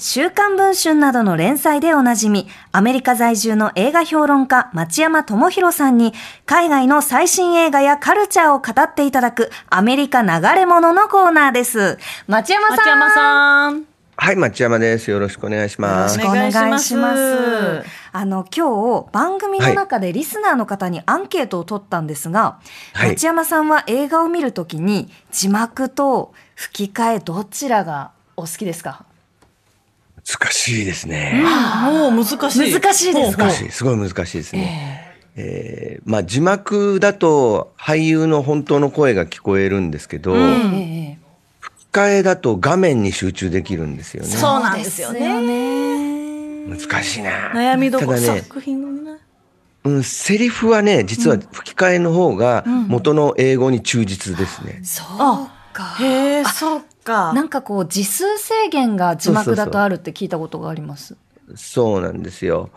週刊文春などの連載でおなじみ、アメリカ在住の映画評論家、町山智博さんに、海外の最新映画やカルチャーを語っていただく、アメリカ流れ物のコーナーです。町山さん。松山さん。はい、町山です。よろしくお願いしよろましすく。お願いします。お願いしますあの今日番組の中でリスナーの方にアンケートを取ったんですが、はい町山さんは映画を見るときに字幕と吹き替えどちらがお好きですか？難しいですね。もう難しい。難しいですか難しい。すごい難しいですね。えーまあ字幕だと俳優の本当の声が聞こえるんですけど、えんえええ吹き替えだと画面に集中できるんですよね。そうなんですよねそうですよね難しいな。悩みどころ、ただね、作品のね。うん、セリフはね、実は吹き替えの方が元の英語に忠実ですね。そうか。へえ、そっか。なんかこう字数制限が字幕だそうそうそとうあるって聞いたことがあります。そうなんですよ。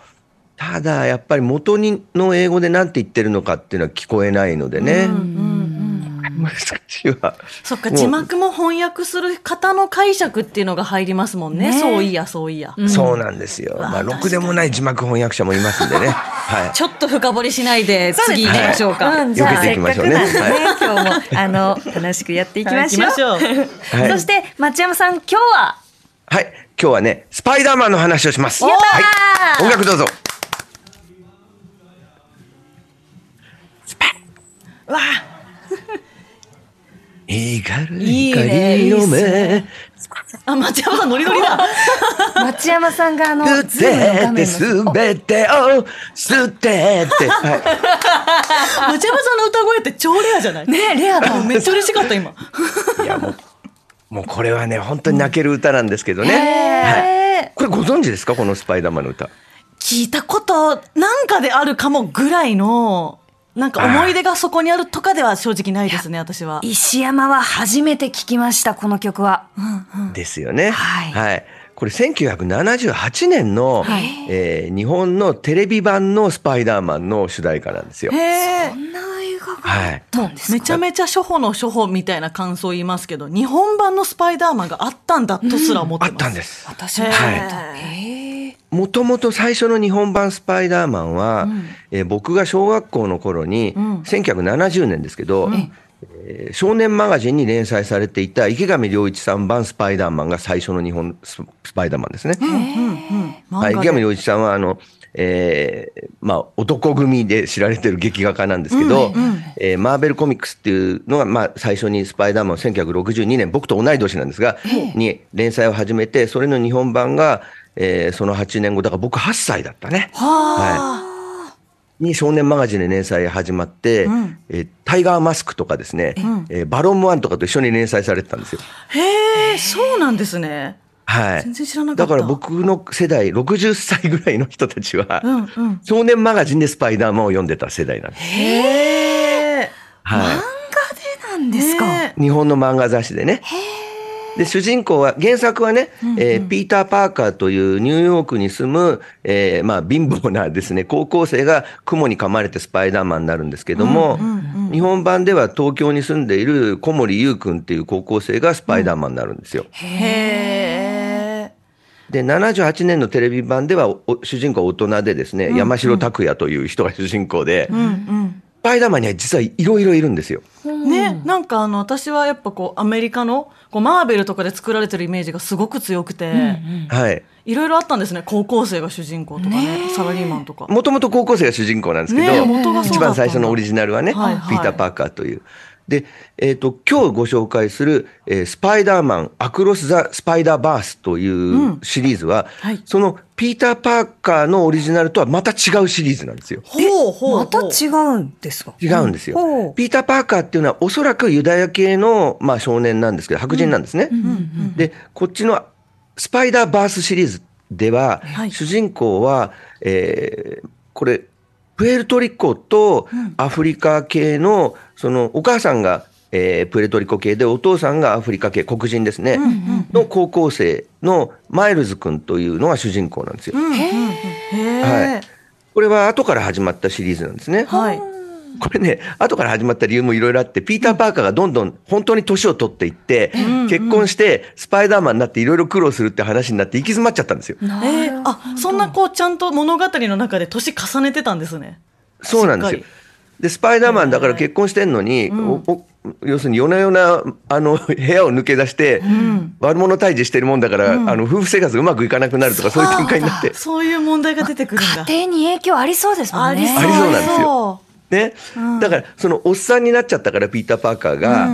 ただやっぱり元にの英語で何て言ってるのかっていうのは聞こえないのでね。うんうんうん。 難しいわ。そっか、もう字幕も翻訳する方の解釈っていうのが入りますもんね。ねそういや、そういや。そうなんですよ。わあまあ、ろく確でもない字幕翻訳者もいます んでね。はい。ちょっと深掘りしないで、次行きましょうか。ん避けていきましょうねせっかくなんでね、今日も、あの、楽しくやっていきましょう。はい行きましょうはいそして、町山さん、今日は、はい。今日はね、スパイダーマンの話をします。やっはたーい。音楽どうぞ。わ光るいいね光の目。いいっあ、あ、松山さんノリノリ だ。町山さんが、 あの、捨ズームの画面ててのすべてを捨て て。はい。松山さんの歌声って超レアじゃないねえ、レアだ。めっちゃ嬉しかった、今。いや、もう、もうこれはね、本当に泣ける歌なんですけどね。はい。へこれご存知ですかこのスパイダーマンの歌。聞いたこと、なんかであるかもぐらいの、なんか思い出がそこにあるとかでは正直ないですね、私はー。石山は初めて聞きました、この曲は。ですよね。はいこれ1978年の、はいえー日本のテレビ版のスパイダーマンの主題歌なんですよへ。えこ。んな映画がはあっい。たんですめちゃめちゃ初歩の初歩みたいな感想言いますけど、日本版のスパイダーマンがあったんだとすら思っあてっます。たんです。私もはいへえ。もともと最初の日本版スパイダーマンは、えー僕が小学校の頃に、1970年ですけど、えー少年マガジンに連載されていた池上良一さん版スパイダーマンが最初の日本ススパイダーマンですね。漫はい、画池で上良一さんはあの、えーまあ、男組で知られてる劇画家なんですけど、えーマーベルコミックスっていうのが、まあ、最初に「スパイダーマン」を1962年僕と同い年なんですが、に連載を始めてそれの日本版が、えーその8年後だから僕8歳だったね。はに少年マガジンで連載始まって、えータイガーマスクとかですね、えーバロンワンとかと一緒に連載されてたんですよ。あ。へえ、そうなんですね。はい。全然知らなかっただから僕の世代、60歳ぐらいの人たちは、うんうん少年マガジンでスパイダーマンを読んでた世代なんです。へえ。はなんですか。ねい。日本の漫画雑誌でね。で、主人公は、原作はね、えーピーター・パーカーというニューヨークに住む、えーまあ、貧乏なですね、高校生が雲に噛まれてスパイダーマンになるんですけども、日本版では東京に住んでいる小森優くんっていう高校生がスパイダーマンになるんですよ。へえ。で78年のテレビ版ではおお主人公は大人でですね、山城拓也という人が主人公で、スパイダーマンには実はいろいろいるんですよ。ね、なんかあの私はやっぱこうアメリカのこうマーベルとかで作られてるイメージがすごく強くて、はい。いろいろあったんですね。高校生が主人公とかね、サラリーマンとか。もともと高校生が主人公なんですけど、ねえ元がそうだったんだ一番最初のオリジナルはね、はいはいピーター・パーカーという。で、えっ、と、今日ご紹介する、えースパイダーマン、アクロス・ザ・スパイダーバースというシリーズは、はいそのピーター・パーカーのオリジナルとはまた違うシリーズなんですよ。ほうほう。また違うんですか。違うんですよ、うんほうピーター・パーカーっていうのはおそらくユダヤ系の、まあ、少年なんですけど白人なんですね。でこっちのスパイダーバースシリーズでは、はい主人公は、えーこれプエルトリコとアフリカ系のそのお母さんが、えープエルトリコ系でお父さんがアフリカ系黒人ですね、の高校生のマイルズ君というのが主人公なんですよ。うんうんうん。へえ。はい、これは後から始まったシリーズなんですね。はい。これね、後から始まった理由もいろいろあって、ピーター・パーカーがどんどん本当に年を取っていって、結婚してスパイダーマンになっていろいろ苦労するって話になって行き詰まっちゃったんですよ。なえるーほどあそんなこうちゃんと物語の中で年重ねてたんですねそうなんですよしっか。で、スパイダーマンだから結婚してんのに、おお要するに夜な夜な、あの、部屋を抜け出して、悪者退治してるもんだから、あの、夫婦生活うまくいかなくなるとか、そういう展開になって。そういう問題が出てくるんだ家庭に影響ありそうですもあんりねそうありそうなんですよよね、だからそのおっさんになっちゃったからピーター・パーカーが、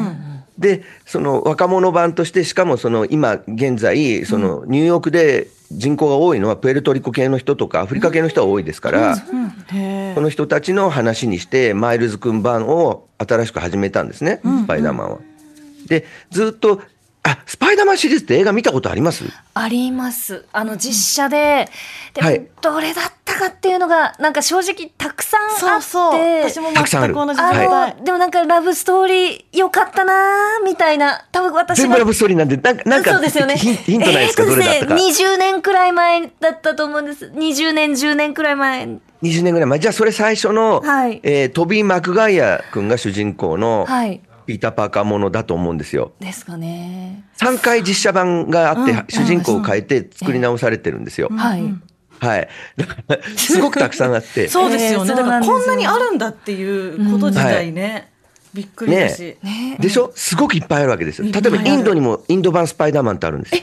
でその若者版としてしかもその今現在そのニューヨークで人口が多いのはプエルトリコ系の人とかアフリカ系の人が多いですから、へこの人たちの話にしてマイルズ君版を新しく始めたんですね、スパイダーマンは。でずっとあスパイダーマンシリーズって映画見たことありますあります。あの実写で、ではもいどれだったかっていうのが、なんか正直たくさんあって、そうそう私もたくさんあ全るく同じ状あ態、の、はでもなんかラブストーリー良かったなーみたいな、多分私全部がラブストーリーなんでなんかなんそかうですよね。ヒンヒントないですか、えーどれだったかそう。ですね20年くらい前だったと思うんです。20年、10年くらい前。 20年ぐらい前。じゃあそれ最初の、はいえートビー・マクガイア君が主人公の、はい。ピーター・パーカーものだと思うんですよ。ですかね。 3回実写版があって、主人公を変えて作り直されてるんですよ。はい。はい。だからすごくたくさんあって。 そうですよね、えーだからそうこなんんですよなにあるんだっていうこと自体ね、びっくりだし、ねねでしょすごくいっぱいあるわけですよ。例えばインドにもインド版スパイダーマンってあるんですよ。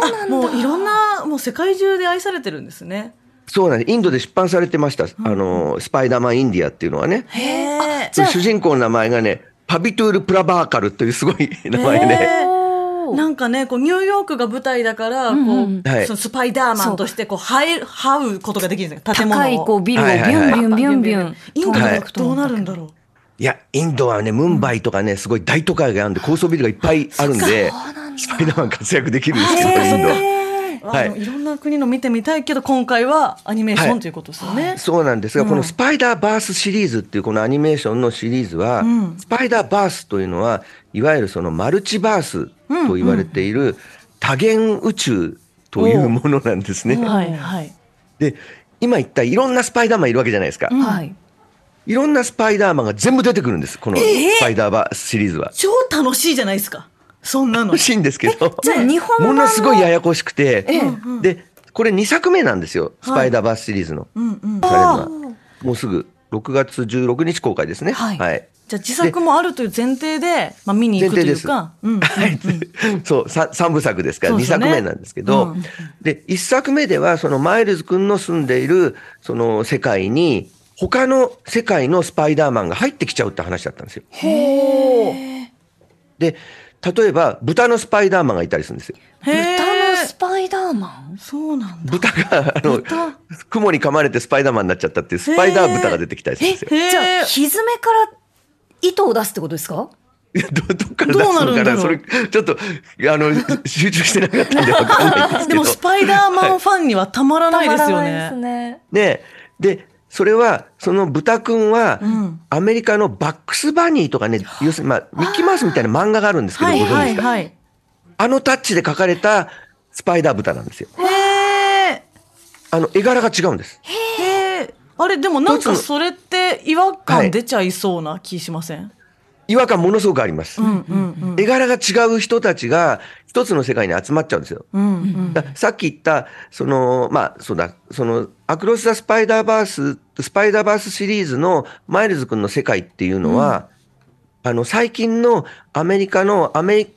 そうなんだもういろんなもう世界中で愛されてるんですねそうなんです。インドで出版されてました。あの、スパイダーマンインディアっていうのはね。へえじゃあ主人公の名前がね、パビトゥール・プラバーカルというすごい 名前で、へおーなんかねこうニューヨークが舞台だからこう、はいそのスパイダーマンとしてこう這え這うことができるんですよ建物を高いこうビルをビはいはいはいュンビュンビュンビュン。インドはだいとどうなるんだろう、いや、インドはね、ムンバイとかね、すごい大都会があるんで、高層ビルがいっぱいあるんで、スパイダーマン活躍できるんですよ、あイそっンドかは。はいあのいろんな国の見てみたいけど今回はアニメーション、はいということですよね、そうなんですが、このスパイダーバースシリーズっていうこのアニメーションのシリーズは、スパイダーバースというのは、いわゆるそのマルチバースと言われている多元宇宙というものなんですね。はいはいで、今言ったいろんなスパイダーマンいるわけじゃないですか。はい。いろんなスパイダーマンが全部出てくるんです、このスパイダーバースシリーズは。超楽しいじゃないですかそんなの楽しいんですけど。じゃあ日本版もののすごいややこしくて、えでこれ2作目なんですよ「スパイダーバース」シリーズの、されるのはもうすぐ6月16日公開ですねはいじゃあ自作もあるという前提で、まあ、見に行くというか、うん、はい そう 3, 部作ですからそう2ですよ作ね目なんですけどうんで1作目ではそのマイルズ君の住んでいるその世界に他の世界のスパイダーマンが入ってきちゃうって話だったんですよ。で例えば豚のスパイダーマンがいたりするんですよ。へえ歌のスパイダーマンそうなんだ豚があの豚雲に噛まれてスパイダーマンになっちゃったっていうスパイダー豚が出てきたりするんですよ。へーじゃあ、ひずめから糸を出すってことですかいやどどっから出すどうのなるかんだなろうそれちょっとあの 集中してなかったんでわかんないんですけでもどスパイダーマンファンにはたまらないですよたまらないねです。ね。ねでそれはその豚くんは、アメリカのバックスバニーとかね要するに、まあ、ミッキーマウスみたいな漫画があるんですけどはごい存知ですか、はいはい。あのタッチで描かれたスパイダー豚なんですよへあの絵柄が違うんですえ。へえ。あれでもなんドイかツのそれって違和感出ちゃいそうな気しません。違和感ものすごくあります、うんうん絵柄が違う人たちが一つの世界に集まっちゃうんですようんうんださっき言った、その、まあ、そうだ、その、アクロス・ザ・スパイダーバース、スパイダーバースシリーズのマイルズ君の世界っていうのは、あの、最近のアメリカの、アメリ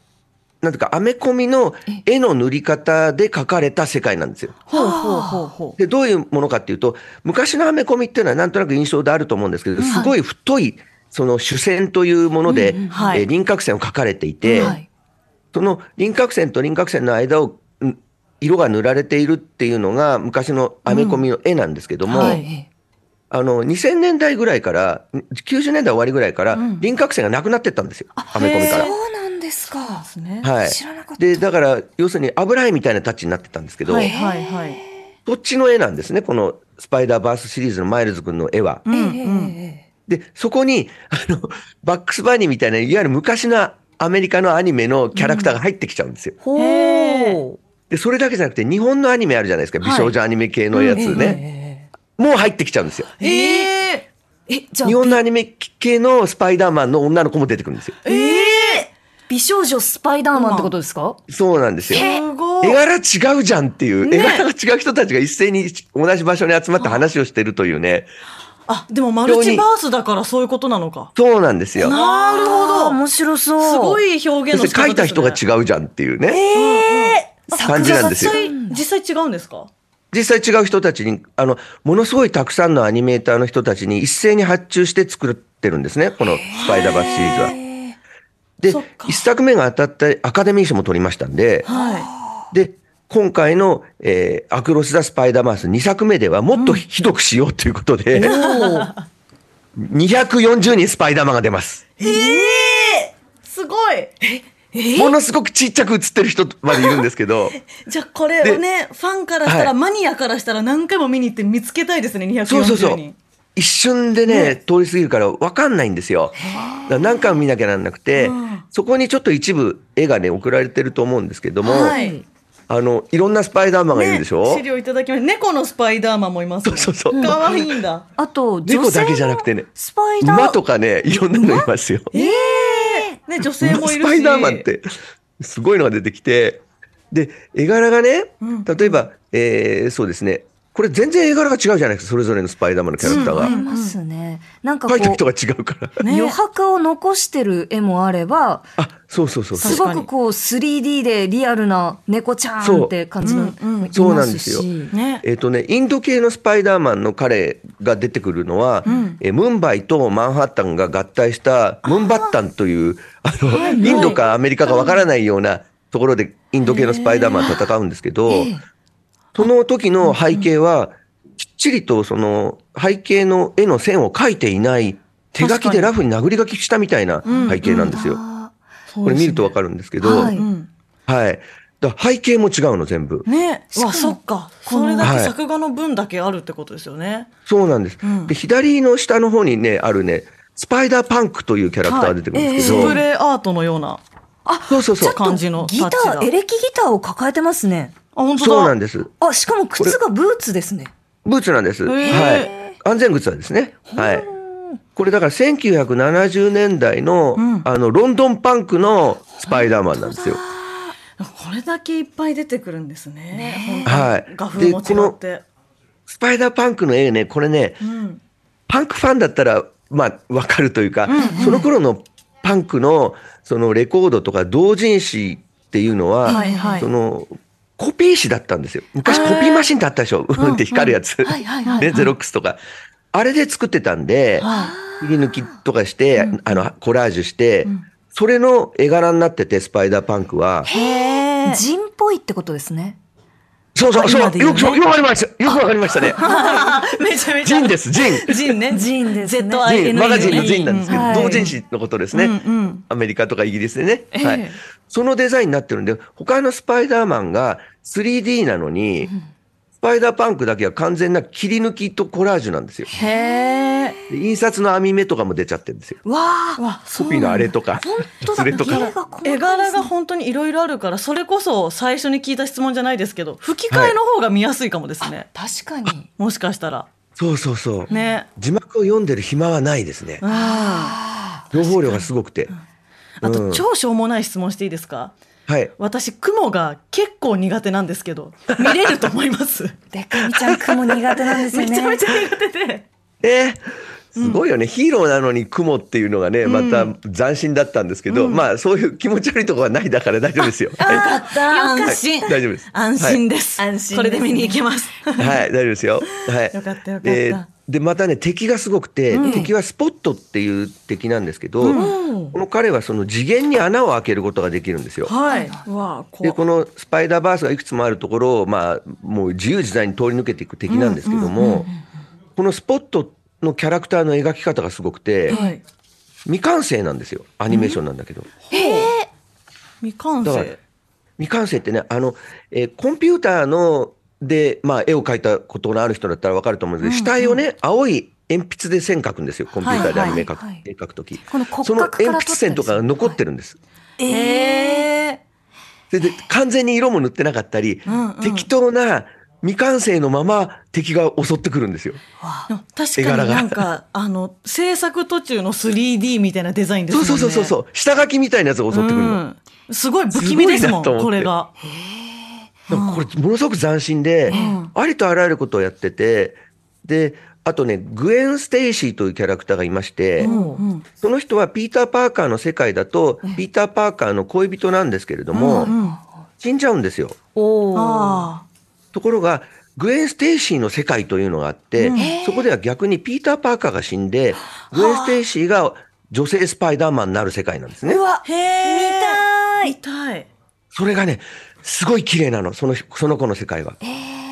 なんていうか、アメコミの絵の塗り方で描かれた世界なんですよ。ほうほうほうほで、どういうものかっていうと、昔のアメコミっていうのはなんとなく印象であると思うんですけど、すごい太い、その主線というもので、んはいえー輪郭線を描かれていて、はい。その輪郭線と輪郭線の間をん色が塗られているっていうのが昔のアメコミの絵なんですけども、はい。あの2000年代ぐらいから90年代終わりぐらいから輪郭線がなくなってったんですよ、アメコミから。そうなんですか。う。ね。はい知らなかっ、たでだから要するに油絵みたいなタッチになってたんですけど、はいはいはい。こっちの絵なんですねこの「スパイダーバース」シリーズのマイルズ君の絵は。ええうんえうん。えええで、そこに、あの、バックスバニーみたいな、いわゆる昔のアメリカのアニメのキャラクターが入ってきちゃうんですよ。ほへう。で、それだけじゃなくて、日本のアニメあるじゃないですか。美少女アニメ系のやつね。もう入ってきちゃうんですよ。ええ。え、じゃあ日、本のアニメ系のスパイダーマンの女の子も出てくるんですよ。ええ美少女スパイダーマンってことですかそうなんですよ。すごい絵柄違うじゃんっていう、ね絵柄が違う人たちが一斉に同じ場所に集まって話をしてるというね。あでもマルチバースだからそういうことなのかそうなんですよ。なるほあーど面白そう。すごい表そ現のして仕方描いたですね人が違うじゃんっていうね。えー感じなんですよ実際実際違うんですか実際違う人たちに、あの、ものすごいたくさんのアニメーターの人たちに一斉に発注して作ってるんですね。このスパイダーバースシリーズは。でそっか、一作目が当たったアカデミー賞も取りましたんで、はで、今回の、えーアクロス・ザ・スパイダーマンス2作目ではもっとひどくしようということで、240人スパイダーマンが出ます。いえー、すごいものすごくちっちゃく映ってる人までいるんですけど、じゃあこれをねファンからしたら、はいマニアからしたら何回も見に行って見つけたいですね240人そうそうそう。一瞬でね、通り過ぎるから分かんないんですよ。だから何回も見なきゃなんなくて、そこにちょっと一部絵がね、送られてると思うんですけども、はいあの、いろんなスパイダーマンがいるでしょ、ね資料いただきました猫のスパイダーマンもいます、ね、そうそうそう可愛いんだあと、女性の猫だけじゃなくてね、スパイダー馬とかね、いろんなのいますよ。ええね女性もいるしスパイダーマンってすごいのが出てきてで絵柄がねうん例えば、えーそうですねこれ全然絵柄が違うじゃないですかそれぞれのスパイダーマンのキャラクターあが、りますね。なんかこ描いた人う、が違うから、ね余白を残してる絵もあれば、あそうそうそうそうす確ごかにくこう 3D でリアルな猫ちゃんって感じのそううんうんもいますしそうなんですよね えっ、とねインド系のスパイダーマンの彼が出てくるのは、んえームンバイとマンハッタンが合体したムンバッタンというあの、はいインドかアメリカかわからないようなところでインド系のスパイダーマンと戦うんですけど、ええその時の背景は、きっちりとその背景の絵の線を描いていない、手書きでラフに殴り書きしたみたいな背景なんですよ。あこれ見るとわかるんですけど、ははいい。うんだから背景も違うの全部。ねかもわそっかそれだはけい作画の分だけあるってことですよね、そうなんです。んで、左の下の方にね、あるね、スパイダーパンクというキャラクターが出てくるんですけスど、プレーアートのようなあそうそうそう。感じのーギタタッチだー、エレキギターを抱えてますね。本当だそうなんです。あ、しかも靴がブーツですね。ブーツなんです。へーはい。安全靴なんですね。はい。これだから1970年代の、んあの、ロンドンパンクのスパイダーマンなんですよ。これだけいっぱい出てくるんですね。はい本当に画風も違って。スパイダーパンクの絵ね、これね、うん、パンクファンだったら、まあ、わかるというか、その頃のパンクの、そのレコードとか同人誌っていうのは、はいはいその、コピー誌だったんですよ。昔コピーマシンってあったでしょうんって光るやつ。はいはいはい。ね、ゼロックスとか。あれで作ってたんで、切り抜きとかして、あの、コラージュして、それの絵柄になってて、スパイダーパンクは。へー人っぽいってことですね。そうそう、そう、今でよく、言うよねくわかりました。よくわかりましたね。 めちゃめちゃ。ジンです、ジン。ジンね。ジンですね ZIN ジン、マガジンのジンなんですけうど、はい同人誌のことですね、うんうんアメリカとかイギリスでね、はええい。そのデザインになってるんで、他のスパイダーマンが 3D なのに、スパイダーパンクだけは完全な切り抜きとコラージュなんですよ。へえ。で印刷の網目とかも出ちゃってるんですよ。わあ、わ、コピーのあれとか本当、ズだ。レ絵とか。が細かい絵で柄すねが本当にいろいろあるから、それこそ最初に聞いた質問じゃないですけど、吹き替えの方が見やすいかもですね。確かに。もしかしたら。そうそうそう。ね。字幕を読んでる暇はないですね。あ情報量がすごくて。あうと、ん超しょうもない質問していいですかはい。私、雲が結構苦手なんですけど、見れると思います。でかみちゃん雲苦手なんですよ めね。ちゃめちゃ苦手で。えーすごいよね、ヒーローなのに雲っていうのがねまた斬新だったんですけど、まあそういう気持ち悪いところはないだから大丈 夫ですよ。はい安心。大丈夫です安心です。はい安心ですねこれで見に行けます。はい、大丈夫ですよ。はい。よかったよかったえーで、またね、敵がすごくて、敵はスポットっていう敵なんですけど、この彼はその次元に穴を開けることができるんですよ。はい。わあ、こで、う。このスパイダーバースがいくつもあるところを、まあ、もう自由自在に通り抜けていく敵なんですけども、このスポットのキャラクターの描き方がすごくて、はい。未完成なんですよ。アニメーションなんだけど。未完だから成。未完成ってね、あの、えーコンピューターので、まあ、絵を描いたことのある人だったらわかると思うんですけど、死体をね、青い鉛筆で線描くんですよ。コンピューターでアニメ描く、はいはいはい絵描くとき。この骨格そのから撮って鉛るんですよ筆線とかが残ってるんです。ええええそれで、完全に色も塗ってなかったり、んうん適当な未完成のまま敵が襲ってくるんですよ。確かになんか、あの、制作途中の 3D みたいなデザインですそもうんね。そうそうそうそう。下書きみたいなやつが襲ってくるの。うんすごい不気味ですもん、すごいなと思ってこれが。だからこれものすごく斬新で、ありとあらゆることをやってて、で、あとね、グエン・ステイシーというキャラクターがいまして、うんその人はピーター・パーカーの世界だと、ピーター・パーカーの恋人なんですけれども、死んじゃうんですよ。おーあところが、グエン・ステイシーの世界というのがあって、そこでは逆にピーター・パーカーが死んで、グエン・ステイシーが女性スパイダーマンになる世界なんですねう。わあ。、へえ。見たい見たい。それがね、すごい綺麗なの、その、その子の世界は。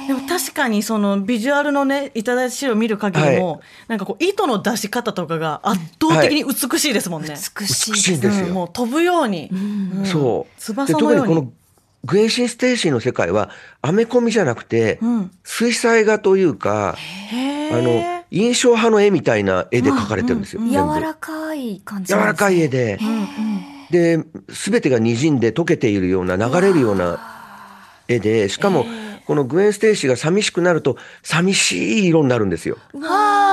でも確かにそのビジュアルのね、いただいた資料を見る限りも、なんかこう、糸の出し方とかが圧倒的に美しいですもんね。美しい美しいんですようん、もう飛ぶように。んそう。で翼のよう特に。にこのグエンシン・ステイシーの世界は、アメコミじゃなくて、うん水彩画というか、あへのえ。、印象派の絵みたいな絵で描かれてるんですよ。柔全部らかい感じ柔なんですね。らかい絵で、で、すべてが滲んで溶けているような、流れるような絵で、しかも、このグエン・ステイシーが寂しくなると、寂しい色になるんですよ。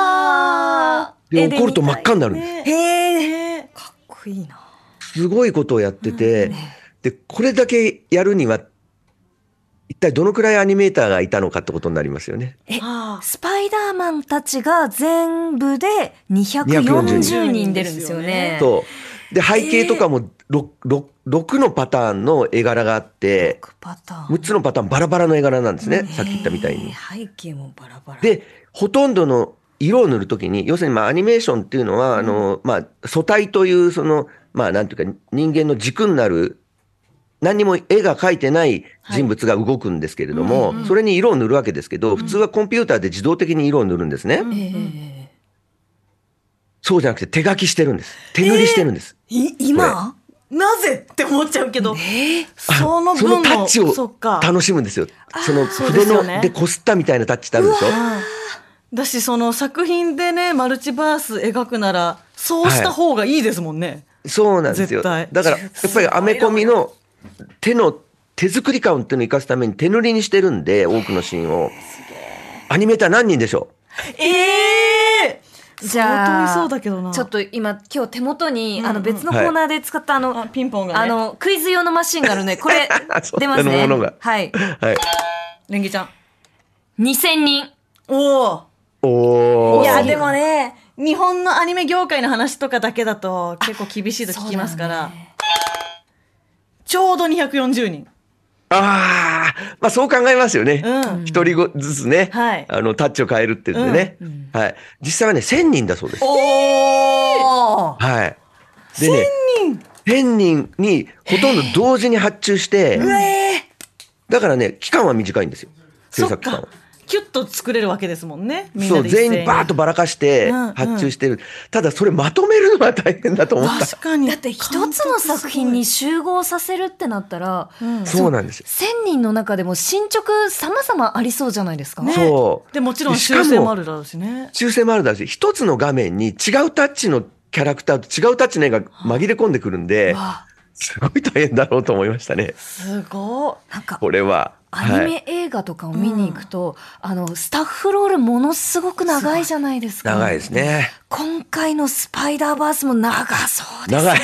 はで、怒ると真っ赤になるんです。あ。へえ。へえ。かっこいいな。すごいことをやってて、で、これだけやるには、一体どのくらいアニメーターがいたのかってことになりますよね。えあスパイダーマンたちが全部で240 240人出るんですよね。そう。で、背景とかも 6, 6のパターンの絵柄があって、 6パターン。 6つのパターンバラバラの絵柄なんですね。さっき言ったみたいへに。ー背景もバラバラ。で、ほとんどの色を塗るときに、要するにまあアニメーションっていうのは、あの、まあ素体という、その、まあなんていうか人間の軸になる、何にも絵が描いてない人物が動くんですけれども、それに色を塗るわけですけど、普通はコンピューターで自動的に色を塗るんですね。えーそうじゃなくて手書きしてるんです。手塗りしてるんです。い今なぜって思っちゃうけど、そのそ分のの、タッチそっをか。楽しむんですよ。そのそうで筆すよのねでこすったみたいなタッチってあるでしょだし、その作品でね、マルチバース描くなら、そうした方がいいですもんね。そうなんです絶よ。対だからやっぱりアメコミの手の手作り感っていうのを生かすために手塗りにしてるんで多くのシーンを。アニメーター何人でしょええじゃあ相当いそうだけどなちょっと今今日手元にうんあの別のコーナーで使ったあのあピンポンがね。あのクイズ用のマシンがあるのでこれ そん出なますねものがはい。う。はい。レンギちゃん。 2000人。おお。おいや、ー。でもね、日本のアニメ業界の話とかだけだと結構厳しいと聞きますから、ちょうど240人。ああ、まあそう考えますよね。うん一人ごずつね、はいあのタッチを変えるって言ってね、はい。実際はね1000人だそうです。おお。はい。でね、1000人にほとんど同時に発注して、だからね、期間は短いんですよ。制そ作っ期間はか。。キュッと作れるわけですもんね。みんそなう、で一斉に。全員バーッとばらかしてうんうん発注してる。ただそれまとめるのは大変だと思った。確かに。だって一つの作品に集合させるってなったら、うん。そうなんですよ。 1000人の中でも進捗様々ありそうじゃないですか。ねそうで、もちろんしかも修正もあるだろうしね。修正もあるだろうし、一つの画面に違うタッチのキャラクターと違うタッチの絵が紛れ込んでくるんで、すごい大変だろうと思いましたね。すごい。なんかこれは。アニはいメ映画とかを見に行くと、あのスタッフロールものすごく長いじゃないですか。長いですね。今回のスパイダーバースも長そうです。長い。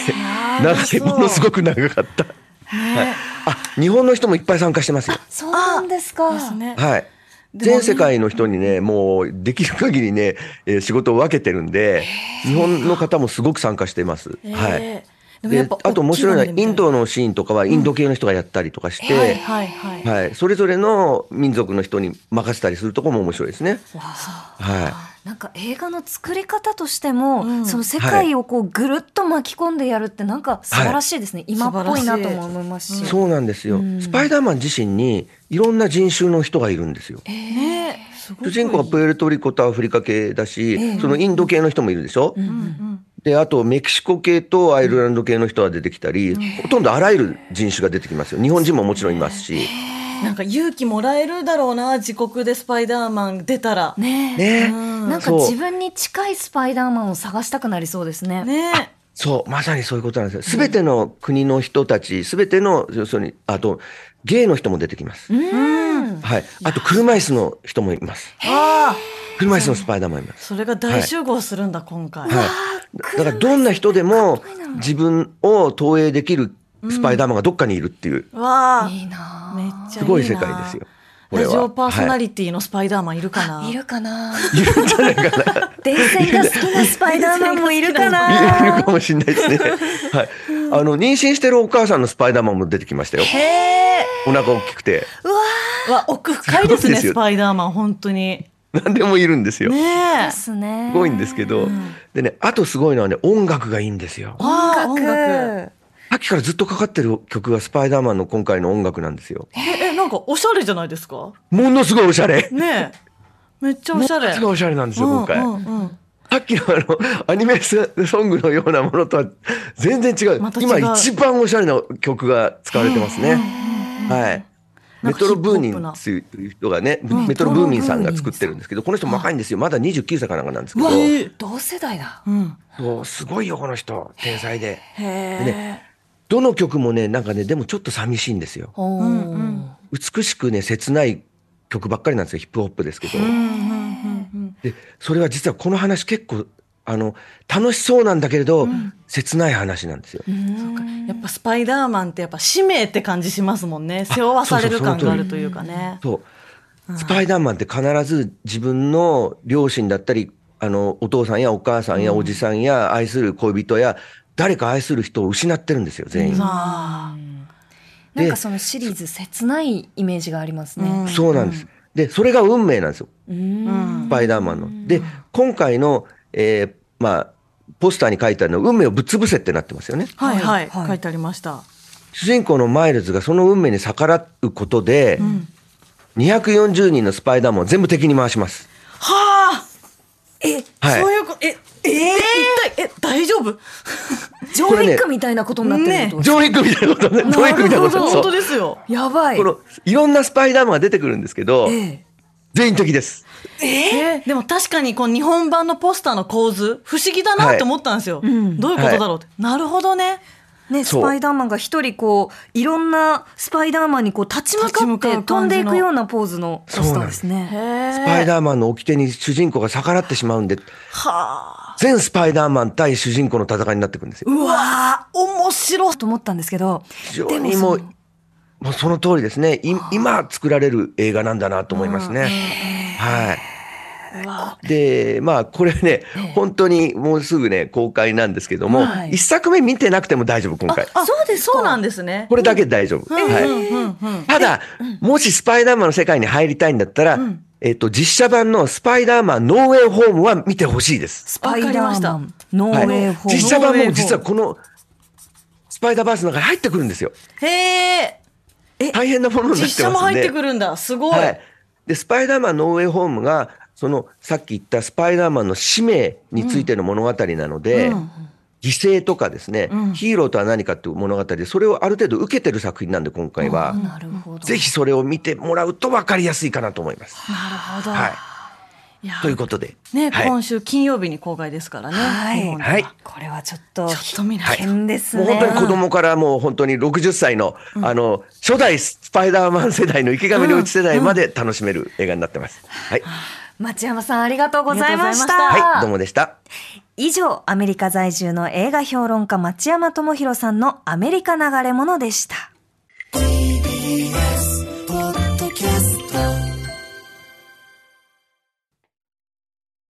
長長そい。うものすごく長かった。はい。あ、日本の人もいっぱい参加してますよ。そうなんですか。ですね。はい。でも全世界の人にね、もうできる限りね、えー仕事を分けてるんで、日本の方もすごく参加してます。えーはい。でもやっでぱ、あと面白いのは、大きイなのでンドのシーンとかはインド系の人がやったりとかして、はいはいはい。はい。それぞれの民族の人に任せたりするとこも面白いですね。はなんか映画の作り方としても、うんその世界をこうぐるっと巻き込んでやるってなんか素晴らしいですね。今っぽいなとも思いますし。い。そうなんですよ。スパイダーマン自身にいろんな人種の人がいるんですよ。ねえすごい主人公はプエルトリコとアフリカ系だし、そのインド系の人もいるでしょ、で、あとメキシコ系とアイルランド系の人が出てきたり、ほとんどあらゆる人種が出てきますよ。日本人ももちろんいますし。なんか勇気もらえるだろうな、自国でスパイダーマン出たら。ねねえね、なんかそう自分に近いスパイダーマンを探したくなりそうですね。そう、まさにそういうことなんですよ。すべての国の人たち、すべての、要するに、あと、ゲイの人も出てきます。うん。はい。あと、車椅子の人もいます。ああ。車椅子のスパイダーマンもいます。それが大集合するんだ、今回。はい。だから、どんな人でも自分を投影できるスパイダーマンがどっかにいるっていう、わあ。いいなあめっちゃすごい世界ですよ。これラは。ジオパーソナリリティのスパイダーマンいるかな、いるかなティ。いるんじゃないかな。電線が好きなスパイダーマンもいるかい るなかもしれないで すね。はい。あの、妊娠してるお母さんのスパイダーマンも出てきましたよ。へえ。お腹大きくて。うわ、奥深いですね、すごいですよスパイダーマン、本当に。何でもいるんですよ。ねすえで。すねごいんですけど。でね、あとすごいのはね、音楽がいいんですよ。わあ音楽え、さっきからずっとかかってる曲がスパイダーマンの今回の音楽なんですよ。え、なんかおしゃれじゃないですかものすごいおしゃれ。ねえ。めっちゃおしゃれ。ものすごいおしゃれなんですよ、今回。うんうんうんさっきのあの、アニメソングのようなものとは全然違う。また違う今一番おしゃれな曲が使われてますね。はい。なメんかトロブーニヒップホップンなという人がね、メトロブーミンさんが作ってるんですけど、この人も若いんですよ。まだ29歳かなんかなんですけど、同世代だうん。そうすごいよ、この人。天才で。へえ。どの曲もね、なんかね、でもちょっと寂しいんですよ。おーうんうん美しくね、切ない曲ばっかりなんですよ。ヒップホップですけど。うんうんうんうん。で、それは実はこの話結構、あの、楽しそうなんだけれど、切ない話なんですよ。そうかやっぱスパイダーマンってやっぱ使命って感じしますもんね。背負わされる感があるというかね。そう。スパイダーマンって必ず自分の両親だったり、あの、お父さんやお母さんやおじさんや愛する恋人や、誰か愛する人を失ってるんですよ、全員。あでなんかそのシリーズ切ないイメージがありますねそうなんです。で、それが運命なんですよ、ううんんスパイダーマンの。で、今回の、えーまあ、ポスターに書いてあるのは、運命をぶっ潰せってなってますよね。あ。はいはい。はい書いてありました。主人公のマイルズがその運命に逆らうことで、240人のスパイダーマンを全部敵に回します。はあえ、はいそういうこと、え、ええ一体、え、大丈夫ジョこーれリねックみたいなことになってるってことジョーリックみたいなことね。ジョーリックみたいなこと。そ本う当ですよ。やばいこのいろんなスパイダーマンが出てくるんですけど、え全員敵です。えでも確かにこの日本版のポスターの構図、不思議だなって思ったんですよ。んどういうことだろうって。なるほどね。えねスそうパイダーマンが一人こういろんなスパイダーマンにこう立ち向かっ立ち向かてう感じの飛んでいくようなポーズのポスターですへねえ。スパイダーマンの掟に主人公が逆らってしまうんで、はあ。全スパイダーマン対主人公の戦いになってくるんですよ。うわあ、面白い。と思ったんですけど非常にもう、でそのもうその通りですね。い今作られる映画なんだなと思いますね。はい。で、まあこれね、本当にもうすぐね、公開なんですけども、一、はい作目見てなくても大丈夫、今回。あそうですそうなんですね。これだけで大丈夫。はい。ただ、もしスパイダーマンの世界に入りたいんだったら、えっと、実写版のスパイダーマンノーウェイホームは見てほしいです。スパイダーマわかりまンノーウェイはホい。ー実ム写版ノーウェイホーもム実はこの、スパイダーバースの中に入ってくるんですよ。へえ。大変なものになってますんで。実写も入ってくるんだ。すごい。はい。で、スパイダーマンノーウェイホームが、その、さっき言ったスパイダーマンの使命についての物語なので、犠牲とかですね、ヒーローとは何かっていう物語で、それをある程度受けてる作品なんで、今回は。なるほどぜひそれを見てもらうと分かりやすいかなと思います。なるほど。はい。いやということで。ね、はい今週金曜日に公開ですからね。はい日本ではい。これはちょっとちょっと見なきゃ危険ですもうね本当に子供からもう本当に60歳の、あの、初代スパイダーマン世代の池上良一世代まで楽しめる映画になってます。はい。町山さんありがとうございましたありがとうございまはい、どうもでした。以上アメリカ在住の映画評論家町山智博さんのアメリカ流れ物でした TBS